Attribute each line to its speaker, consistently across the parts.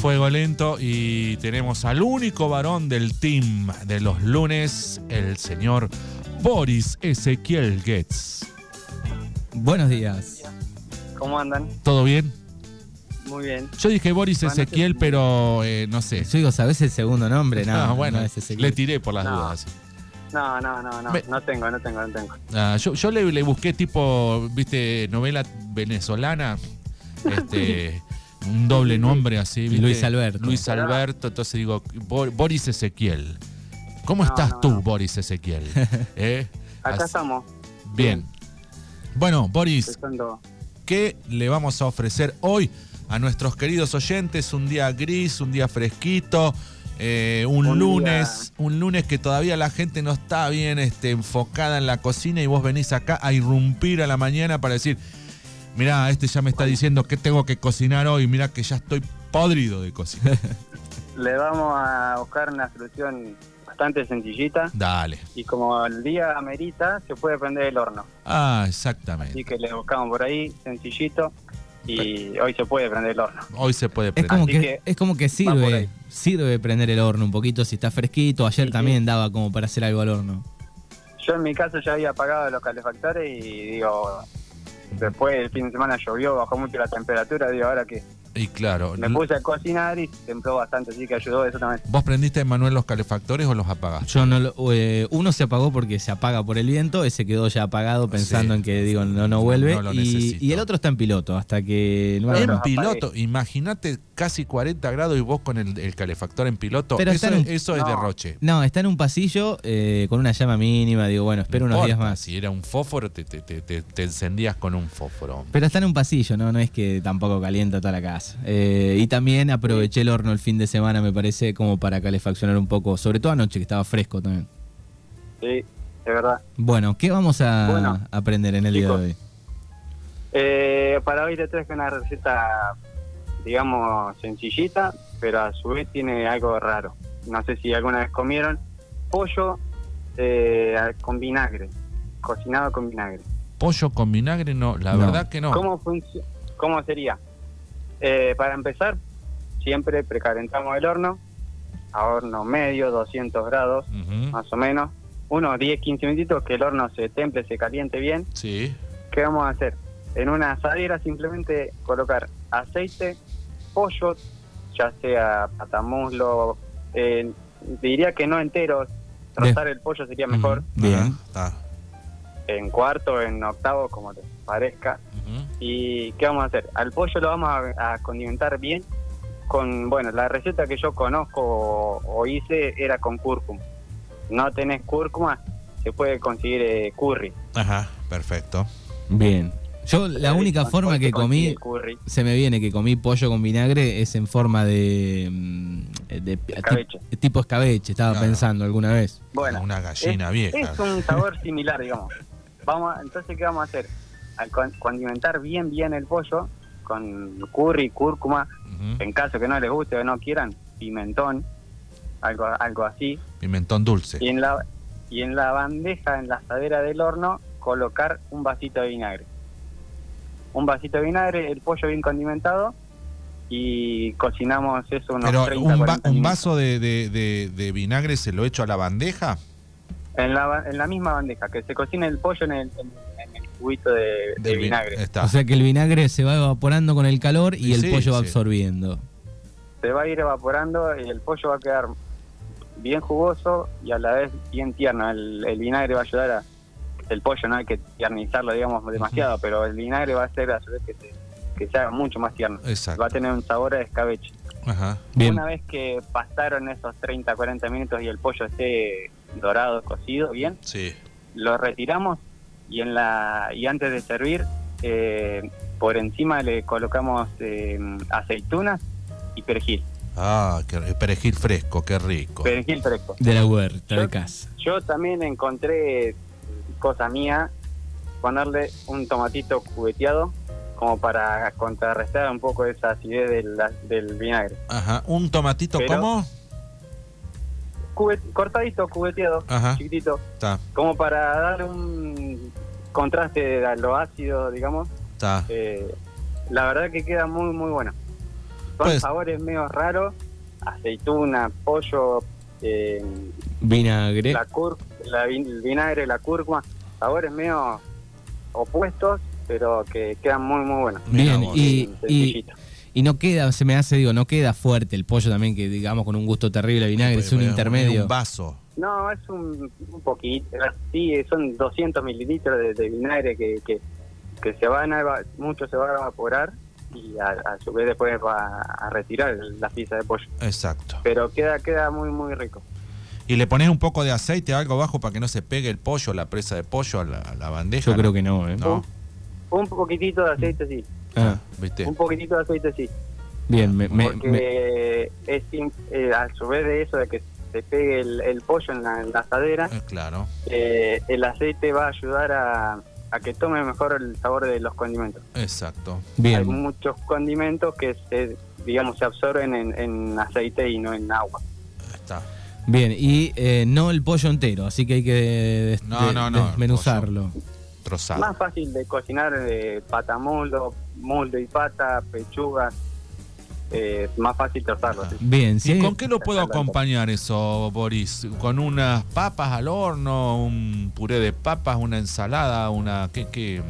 Speaker 1: fuego lento y tenemos al único varón del team de los lunes, el señor Boris Ezequiel Getz.
Speaker 2: Buenos días.
Speaker 3: ¿Cómo andan?
Speaker 1: ¿Todo bien?
Speaker 3: Muy bien.
Speaker 1: Yo dije Boris
Speaker 3: Bueno,
Speaker 1: Ezequiel,
Speaker 3: que-
Speaker 1: pero eh, no sé.
Speaker 2: Yo digo, ¿sabés el segundo nombre? No,
Speaker 1: Ah, bueno,
Speaker 2: no es Ezequiel.
Speaker 1: le tiré por las
Speaker 3: No.
Speaker 1: dudas.
Speaker 3: No, no, no, no.
Speaker 1: Me-
Speaker 3: No tengo, no tengo, no tengo.
Speaker 1: Ah, yo yo le, le busqué tipo, viste, novela venezolana, este, un doble nombre así. ¿viste?
Speaker 2: Luis Alberto.
Speaker 1: Luis Alberto, entonces digo, Bo- Boris Ezequiel. ¿Cómo
Speaker 3: No,
Speaker 1: estás
Speaker 3: no,
Speaker 1: tú,
Speaker 3: no.
Speaker 1: Boris Ezequiel? ¿Eh?
Speaker 3: Acá
Speaker 1: Así-
Speaker 3: estamos,
Speaker 1: Bien. Bueno, Boris,
Speaker 3: pensando.
Speaker 1: ¿qué le vamos a ofrecer hoy a nuestros queridos oyentes? Un día gris, un día fresquito, eh, un,
Speaker 3: Un
Speaker 1: lunes, un lunes que todavía la gente no está bien este, enfocada en la cocina y vos venís acá a irrumpir a la mañana para decir, mirá, este ya me está diciendo qué tengo que cocinar hoy, mirá que ya estoy podrido de cocina.
Speaker 3: Le vamos a buscar una solución bastante sencillita
Speaker 1: Dale.
Speaker 3: y como el día amerita, se puede prender el horno.
Speaker 1: Ah, exactamente.
Speaker 3: Así que le buscamos por ahí, sencillito, y hoy se puede prender el horno.
Speaker 1: Hoy se puede
Speaker 2: Es
Speaker 1: prender.
Speaker 2: como
Speaker 3: Así
Speaker 2: que,
Speaker 3: que
Speaker 2: es como que
Speaker 3: por
Speaker 2: sirve,
Speaker 3: ahí.
Speaker 2: sirve prender el horno un poquito si está fresquito. Ayer
Speaker 3: Sí,
Speaker 2: también daba como para hacer algo al horno.
Speaker 3: Yo en mi caso ya había apagado los calefactores y digo, después el fin de semana llovió, bajó mucho la temperatura, digo, ahora que
Speaker 1: Y claro,
Speaker 3: me puse a cocinar y templó bastante, así que ayudó eso también.
Speaker 1: ¿vos prendiste, Manuel, los calefactores o los apagaste?
Speaker 2: Yo no lo- eh, uno se apagó porque se apaga por el viento, ese quedó ya apagado pensando
Speaker 1: Sí.
Speaker 2: en que digo no no
Speaker 1: No,
Speaker 2: vuelve
Speaker 1: no lo
Speaker 2: y,
Speaker 1: necesito.
Speaker 2: y el otro está en piloto hasta que no
Speaker 3: Bueno,
Speaker 1: en
Speaker 3: los apagué.
Speaker 1: piloto, imagínate casi 40 grados y vos con el, el calefactor en piloto.
Speaker 2: Pero
Speaker 1: eso
Speaker 2: están
Speaker 1: es,
Speaker 2: en-
Speaker 1: eso es
Speaker 3: No.
Speaker 1: derroche.
Speaker 2: No, está en un pasillo eh, con una llama mínima, digo, bueno, espero unos
Speaker 1: No
Speaker 2: días
Speaker 1: importa,
Speaker 2: más.
Speaker 1: Si era un fósforo, te, te- te- te- te encendías con un fósforo.
Speaker 2: Pero está en un pasillo, ¿no? No es que tampoco calienta toda la casa. Eh, y también aproveché el horno el fin de semana, me parece, como para calefaccionar un poco, sobre todo anoche que estaba fresco también.
Speaker 3: Sí, de verdad.
Speaker 2: Bueno, ¿qué vamos a
Speaker 3: Bueno,
Speaker 2: aprender en el
Speaker 3: chicos.
Speaker 2: día de hoy?
Speaker 3: Eh, para hoy te traje una receta, digamos, sencillita, pero a su vez tiene algo raro. No sé si alguna vez comieron pollo eh, con vinagre, cocinado con vinagre.
Speaker 1: Pollo con vinagre, no, la
Speaker 2: No.
Speaker 1: verdad que no.
Speaker 3: ¿Cómo, funci- ¿Cómo sería? Eh, para empezar, siempre precalentamos el horno a horno medio, 200 grados
Speaker 1: Ujú,
Speaker 3: más o menos, unos 10-15 minutitos que el horno se temple, se caliente bien.
Speaker 1: Sí,
Speaker 3: ¿Qué vamos a hacer? En una asadera simplemente colocar aceite, pollo, ya sea patamuslo, eh, diría que no entero, trozar el pollo sería mejor,
Speaker 1: Ujú,
Speaker 2: Bien.
Speaker 1: ajá,
Speaker 3: en cuarto, en octavo, como te parezca.
Speaker 1: está. Ujú,
Speaker 3: ¿Y qué vamos a hacer? Al pollo lo vamos a, a condimentar bien con, bueno, la receta que yo conozco o, o hice era con cúrcuma. No tenés cúrcuma, se puede conseguir eh, curry.
Speaker 1: Ajá, perfecto.
Speaker 2: Bien. Yo la
Speaker 3: ¿Sabés
Speaker 2: única
Speaker 3: Eh, con
Speaker 2: forma
Speaker 3: cuál
Speaker 2: que
Speaker 3: se consigue
Speaker 2: comí,
Speaker 3: el Curry,
Speaker 2: se me viene que comí pollo con vinagre es en forma de... mm, de
Speaker 3: Escabeche.
Speaker 2: tip- tipo escabeche, estaba
Speaker 1: Claro.
Speaker 2: pensando alguna vez.
Speaker 3: bueno, eh,
Speaker 1: Una gallina
Speaker 3: es,
Speaker 1: vieja.
Speaker 3: es un sabor similar, digamos. Vamos, a- entonces, ¿qué vamos a hacer? Al con- condimentar bien, bien el pollo con curry, cúrcuma,
Speaker 1: Ujú,
Speaker 3: en caso que no les guste o no quieran, pimentón, algo, algo así.
Speaker 1: Pimentón dulce.
Speaker 3: Y en la y en la bandeja, en la asadera del horno, colocar un vasito de vinagre. Un vasito de vinagre, el pollo bien condimentado y cocinamos eso unos
Speaker 1: Pero
Speaker 3: 30
Speaker 1: un, va-
Speaker 3: 40
Speaker 1: un
Speaker 3: minutos.
Speaker 1: vaso de, de- de- de vinagre se lo echo a la bandeja.
Speaker 3: en la, ba- en la misma bandeja, que se cocina el pollo en el, en- en el cubito de, de
Speaker 1: Del vi-
Speaker 3: vinagre.
Speaker 1: Está.
Speaker 2: O sea que el vinagre se va evaporando con el calor y
Speaker 1: Y
Speaker 2: el
Speaker 1: sí,
Speaker 2: pollo va
Speaker 1: sí.
Speaker 2: absorbiendo.
Speaker 3: Se va a ir evaporando y el pollo va a quedar bien jugoso y a la vez bien tierno. El, el vinagre va a ayudar a... El pollo no hay que tiernizarlo, digamos, demasiado, pero el vinagre va a hacer a su vez que se, que se haga mucho más tierno. Va
Speaker 1: Exacto.
Speaker 3: a tener un sabor a escabeche.
Speaker 1: Ajá.
Speaker 2: Bien.
Speaker 3: Una vez que pasaron esos 30, 40 minutos y el pollo esté dorado, cocido, bien,
Speaker 1: Sí.
Speaker 3: lo retiramos y en la y antes de servir eh, por encima le colocamos eh, aceitunas y perejil
Speaker 1: Ah, qué, perejil fresco, qué rico.
Speaker 3: perejil fresco
Speaker 2: De la huerta de casa.
Speaker 3: yo también encontré cosa mía ponerle un tomatito cubeteado como para contrarrestar un poco esa acidez del, del vinagre
Speaker 1: Ajá, un tomatito
Speaker 3: Pero-
Speaker 1: como.
Speaker 3: Cubet- cortadito cubeteado
Speaker 1: Ajá,
Speaker 3: chiquitito
Speaker 1: está,
Speaker 3: como para darle un contraste a lo ácido digamos
Speaker 1: está.
Speaker 3: Eh, la verdad que queda muy, muy bueno. Son
Speaker 1: Pues-
Speaker 3: sabores medio raros, aceituna, pollo, eh,
Speaker 2: Vinagre.
Speaker 3: la cur la vin- el vinagre, la cúrcuma, sabores medio opuestos, pero que quedan muy, muy buenos.
Speaker 2: Bien,
Speaker 1: Mirá vos.
Speaker 2: y-
Speaker 3: Sen-
Speaker 2: y-
Speaker 3: sencillito.
Speaker 2: Y no queda, se me hace, digo, no queda fuerte el pollo también, que digamos con un gusto terrible a vinagre, es un
Speaker 1: Pero,
Speaker 2: intermedio.
Speaker 1: Un vaso.
Speaker 3: No, es un, un poquito, sí, son 200 mililitros de, de vinagre que, que, que se van a, eva- mucho se va a evaporar y a, a su vez después va a retirar la pieza de pollo.
Speaker 1: Exacto.
Speaker 3: Pero queda queda muy, muy rico.
Speaker 1: ¿Y le pones un poco de aceite o algo abajo para que no se pegue el pollo, la presa de pollo a la, a la bandeja?
Speaker 2: Yo creo que no, ¿eh?
Speaker 1: No.
Speaker 3: Un poquitito de aceite, sí.
Speaker 2: Ah,
Speaker 1: ¿Viste?
Speaker 3: Un poquitito de aceite, sí.
Speaker 2: bien, me, me-
Speaker 3: porque
Speaker 2: me-
Speaker 3: es im- eh, a su vez de eso de que se pegue el, el pollo en la, en la asadera,
Speaker 2: Ah.
Speaker 1: Eh, claro.
Speaker 3: eh, el aceite va a ayudar a, a que tome mejor el sabor de los condimentos.
Speaker 1: Exacto.
Speaker 3: Hay
Speaker 2: bien.
Speaker 3: muchos condimentos que se, digamos, se absorben en, en aceite y no en agua.
Speaker 1: Está.
Speaker 2: Bien, y eh, no el pollo entero, así que hay que des-
Speaker 1: No, no, no, el
Speaker 2: desmenuzarlo. Ah.
Speaker 1: Trozado.
Speaker 3: Más fácil de cocinar eh, pata muldo, muldo y pata, pechuga, eh, más fácil
Speaker 2: Ah.
Speaker 3: trozarlo. sí.
Speaker 2: Bien, sí.
Speaker 1: ¿Y con qué lo puedo acompañar eso, Boris? ¿Con unas papas al horno, un puré de papas, una ensalada, una... ¿Qué? qué?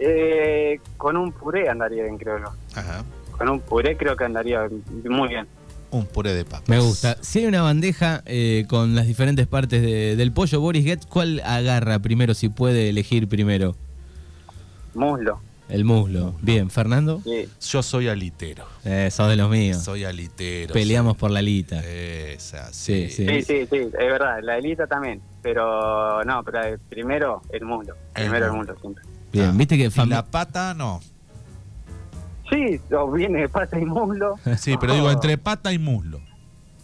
Speaker 3: Eh, con un puré andaría bien, creo yo.
Speaker 1: Ajá.
Speaker 3: Con un puré creo que andaría muy bien.
Speaker 1: Un puré de papas.
Speaker 2: Me gusta. Si hay una bandeja eh, con las diferentes partes de- del pollo, Boris Getz, ¿cuál agarra primero, si puede elegir primero?
Speaker 3: Muslo.
Speaker 2: El muslo. Bien, Fernando.
Speaker 3: Sí.
Speaker 1: Yo soy alitero.
Speaker 2: Eh, sos de los míos.
Speaker 1: Soy alitero.
Speaker 2: Peleamos por la lita.
Speaker 1: Esa,
Speaker 2: Sí,
Speaker 1: sí.
Speaker 2: sí.
Speaker 3: Sí, sí, sí, es verdad, la elita también, pero no, pero eh, primero el muslo,
Speaker 1: El
Speaker 3: primero el
Speaker 1: muslo.
Speaker 3: muslo siempre.
Speaker 2: Bien, viste que
Speaker 1: Y
Speaker 2: fam-
Speaker 1: la pata, no.
Speaker 3: Sí, o viene de pata y muslo.
Speaker 1: Sí, pero digo, entre pata y muslo.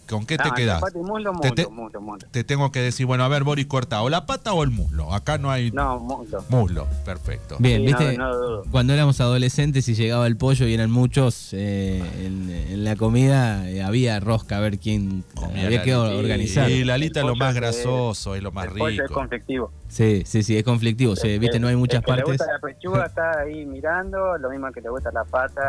Speaker 1: ¿Con qué
Speaker 3: No,
Speaker 1: te
Speaker 3: entre
Speaker 1: quedas?
Speaker 3: Pata y muslo,
Speaker 1: Te-
Speaker 3: muslo,
Speaker 1: te-
Speaker 3: muslo, muslo.
Speaker 1: Te tengo que decir, bueno, a ver, Boris, corta o la pata o el muslo. Acá no hay
Speaker 3: No, muslo.
Speaker 1: muslo. Perfecto.
Speaker 2: Bien,
Speaker 3: Sí,
Speaker 2: viste.
Speaker 3: No, no dudo.
Speaker 2: Cuando éramos adolescentes y llegaba el pollo y eran muchos, eh, en, en la comida eh, había rosca a ver quién
Speaker 1: Comía
Speaker 2: había
Speaker 1: la
Speaker 2: que
Speaker 1: alita.
Speaker 2: organizar.
Speaker 1: Y la alita es
Speaker 3: El
Speaker 1: lo más
Speaker 3: pollo es-
Speaker 1: grasoso, es lo más
Speaker 3: el pollo es
Speaker 1: rico.
Speaker 3: conflictivo.
Speaker 2: Sí, sí, sí, es conflictivo. sí, viste, no hay
Speaker 3: El-
Speaker 2: muchas
Speaker 3: el que Eh, Le
Speaker 2: partes.
Speaker 3: gusta la pechuga, está ahí mirando, lo mismo que le gusta la pata.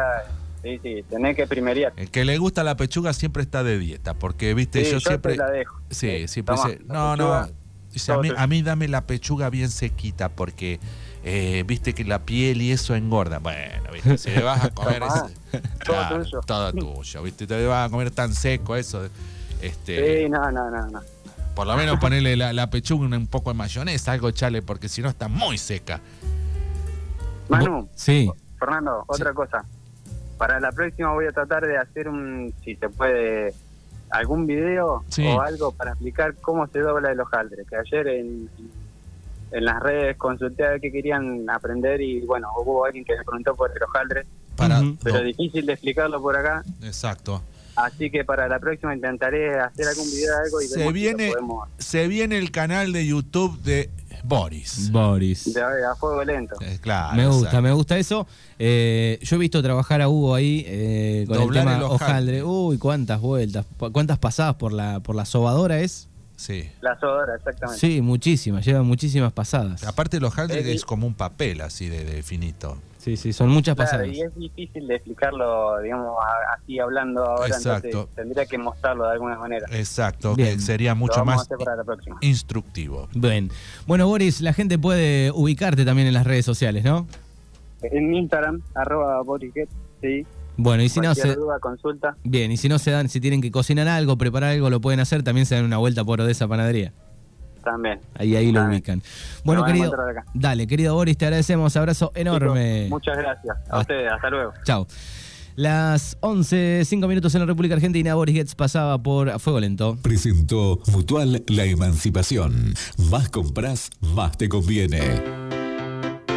Speaker 3: Sí, sí, tenés que primerear.
Speaker 1: El que le gusta la pechuga siempre está de dieta, porque, viste,
Speaker 3: Sí,
Speaker 1: yo
Speaker 3: yo
Speaker 1: siempre...
Speaker 3: te la dejo.
Speaker 1: Sí,
Speaker 3: Eh,
Speaker 1: siempre
Speaker 3: tomá,
Speaker 1: dice,
Speaker 3: la
Speaker 1: no,
Speaker 3: pechuga,
Speaker 1: no, dice, a,
Speaker 3: todo
Speaker 1: mí,
Speaker 3: tuyo".
Speaker 1: a mí dame la pechuga bien sequita porque eh, viste que la piel y eso engorda. Bueno, viste, si le vas a comer
Speaker 3: Tomá,
Speaker 1: ese-
Speaker 3: todo tuyo.
Speaker 1: todo tuyo, viste, te vas a comer tan seco eso. Este,
Speaker 3: Sí, no, no, no, no.
Speaker 1: Por lo menos ponerle la, la pechuga un, un poco de mayonesa, algo chale, porque si no está muy seca.
Speaker 3: Manu,
Speaker 2: Sí,
Speaker 3: Fernando, otra cosa. Para la próxima voy a tratar de hacer un, si se puede, algún video
Speaker 1: Sí.
Speaker 3: o algo para explicar cómo se dobla el hojaldre. Que ayer en, en las redes consulté a ver qué querían aprender y bueno, hubo alguien que me preguntó por el hojaldre,
Speaker 1: Para,
Speaker 2: Ujú.
Speaker 3: pero
Speaker 1: no,
Speaker 3: difícil de explicarlo por acá.
Speaker 1: exacto.
Speaker 3: Así que para la próxima intentaré hacer algún video de algo y
Speaker 1: Se
Speaker 3: vemos si lo
Speaker 1: viene-
Speaker 3: podemos
Speaker 1: Se viene el canal de YouTube de Boris.
Speaker 2: Boris.
Speaker 3: de a fuego lento.
Speaker 1: Eh, claro.
Speaker 2: Me gusta,
Speaker 1: exacto.
Speaker 2: me gusta eso. Eh, yo he visto trabajar a Hugo ahí eh, con
Speaker 1: Doblar
Speaker 2: el
Speaker 1: el
Speaker 2: tema
Speaker 1: hojaldre.
Speaker 2: hojaldre. Uy, cuántas vueltas, cu- cuántas pasadas por la por la sobadora es.
Speaker 1: Sí.
Speaker 3: La sodora, exactamente.
Speaker 2: Sí, muchísimas, lleva muchísimas pasadas.
Speaker 1: Aparte los hojaldre
Speaker 3: Eh,
Speaker 1: es como un papel así de, de finito.
Speaker 2: Sí, sí, son muchas
Speaker 3: Claro,
Speaker 2: pasadas.
Speaker 3: y es difícil de explicarlo, digamos, a- así hablando ahora,
Speaker 1: Exacto.
Speaker 3: entonces tendría que mostrarlo de alguna manera.
Speaker 2: Eh,
Speaker 1: Exacto,
Speaker 2: Bien.
Speaker 1: que sería
Speaker 3: Lo
Speaker 1: mucho
Speaker 3: vamos a
Speaker 1: más
Speaker 3: hacer para la próxima.
Speaker 1: instructivo.
Speaker 2: Bien. Bueno, Boris, la gente puede ubicarte también en las redes sociales, ¿no?
Speaker 3: En Instagram, arroba borisget, sí.
Speaker 2: Bueno, y si no
Speaker 3: Cualquier
Speaker 2: se.
Speaker 3: duda, consulta.
Speaker 2: Bien, y si no se dan, si tienen que cocinar algo, preparar algo, lo pueden hacer, también se dan una vuelta por Odessa Panadería.
Speaker 3: También.
Speaker 2: Ahí, ahí lo
Speaker 3: Ah,
Speaker 2: ubican. Bueno,
Speaker 3: van a
Speaker 2: querido.
Speaker 3: encontrar acá.
Speaker 2: Dale, querido Boris, te agradecemos. Abrazo enorme.
Speaker 3: Chicos, muchas gracias.
Speaker 2: Ah.
Speaker 3: A ustedes, hasta luego.
Speaker 2: Chao. Las 11, 5 minutos en la República Argentina, Boris Getz pasaba por a Fuego Lento.
Speaker 4: Presentó Mutual La Emancipación. Más compras, más te conviene.